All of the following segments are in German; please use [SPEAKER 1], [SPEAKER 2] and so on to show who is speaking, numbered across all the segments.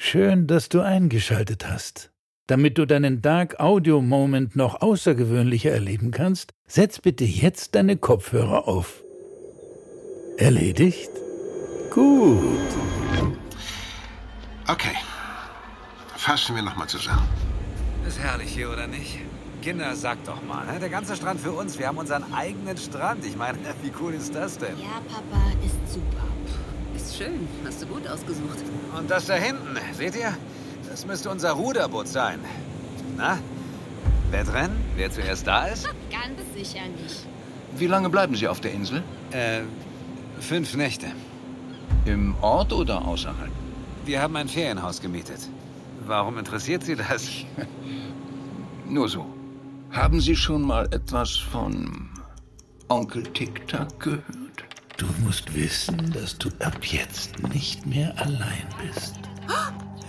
[SPEAKER 1] Schön, dass du eingeschaltet hast. Damit du deinen Dark Audio Moment noch außergewöhnlicher erleben kannst, setz bitte jetzt deine Kopfhörer auf. Erledigt? Gut.
[SPEAKER 2] Okay. Fassen wir nochmal zusammen.
[SPEAKER 3] Ist herrlich hier, oder nicht? Kinder, sagt doch mal, ne? der ganze Strand für uns. Wir haben unseren eigenen Strand. Ich meine, wie cool ist das denn?
[SPEAKER 4] Ja, Papa ist super.
[SPEAKER 5] Ist schön. Hast du gut ausgesucht.
[SPEAKER 3] Und das da hinten, seht ihr? Das müsste unser Ruderboot sein. Na? Wer drin? Wer zuerst da ist?
[SPEAKER 4] Ganz sicher nicht.
[SPEAKER 6] Wie lange bleiben Sie auf der Insel?
[SPEAKER 3] Äh, fünf Nächte.
[SPEAKER 6] Im Ort oder außerhalb?
[SPEAKER 3] Wir haben ein Ferienhaus gemietet. Warum interessiert Sie das?
[SPEAKER 6] Nur so. Haben Sie schon mal etwas von Onkel Tic-Tac gehört?
[SPEAKER 1] Du musst wissen, dass du ab jetzt nicht mehr allein bist.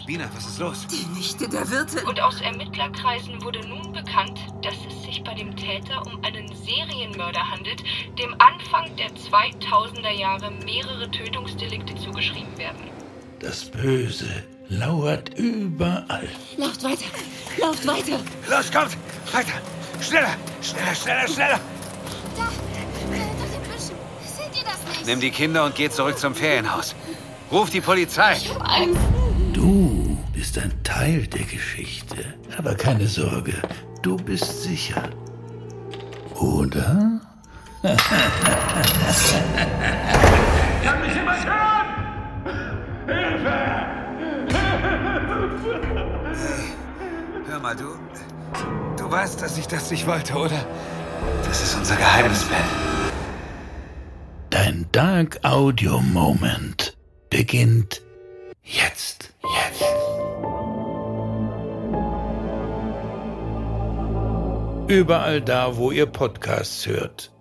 [SPEAKER 3] Bina, was ist los?
[SPEAKER 5] Die Nichte der Wirtin.
[SPEAKER 7] Und aus Ermittlerkreisen wurde nun bekannt, dass es sich bei dem Täter um einen Serienmörder handelt, dem Anfang der 2000er Jahre mehrere Tötungsdelikte zugeschrieben werden.
[SPEAKER 1] Das Böse lauert überall.
[SPEAKER 5] Lauft weiter. Lauft weiter.
[SPEAKER 3] Los, kommt! Weiter! Schneller! Schneller, schneller, schneller!
[SPEAKER 4] Da, äh, da sind Büschen. Seht ihr das nicht?
[SPEAKER 3] Nimm die Kinder und geh zurück zum Ferienhaus. Ruf die Polizei.
[SPEAKER 1] Du bist ein Teil der Geschichte. Aber keine Sorge, du bist sicher. Oder?
[SPEAKER 8] Kann mich jemand hören? Hilfe!
[SPEAKER 3] Hör mal, du. Du weißt, dass ich das nicht wollte, oder? Das ist unser geheimes Bett.
[SPEAKER 1] Dein Dark Audio Moment beginnt jetzt. Jetzt. Überall da, wo ihr Podcasts hört.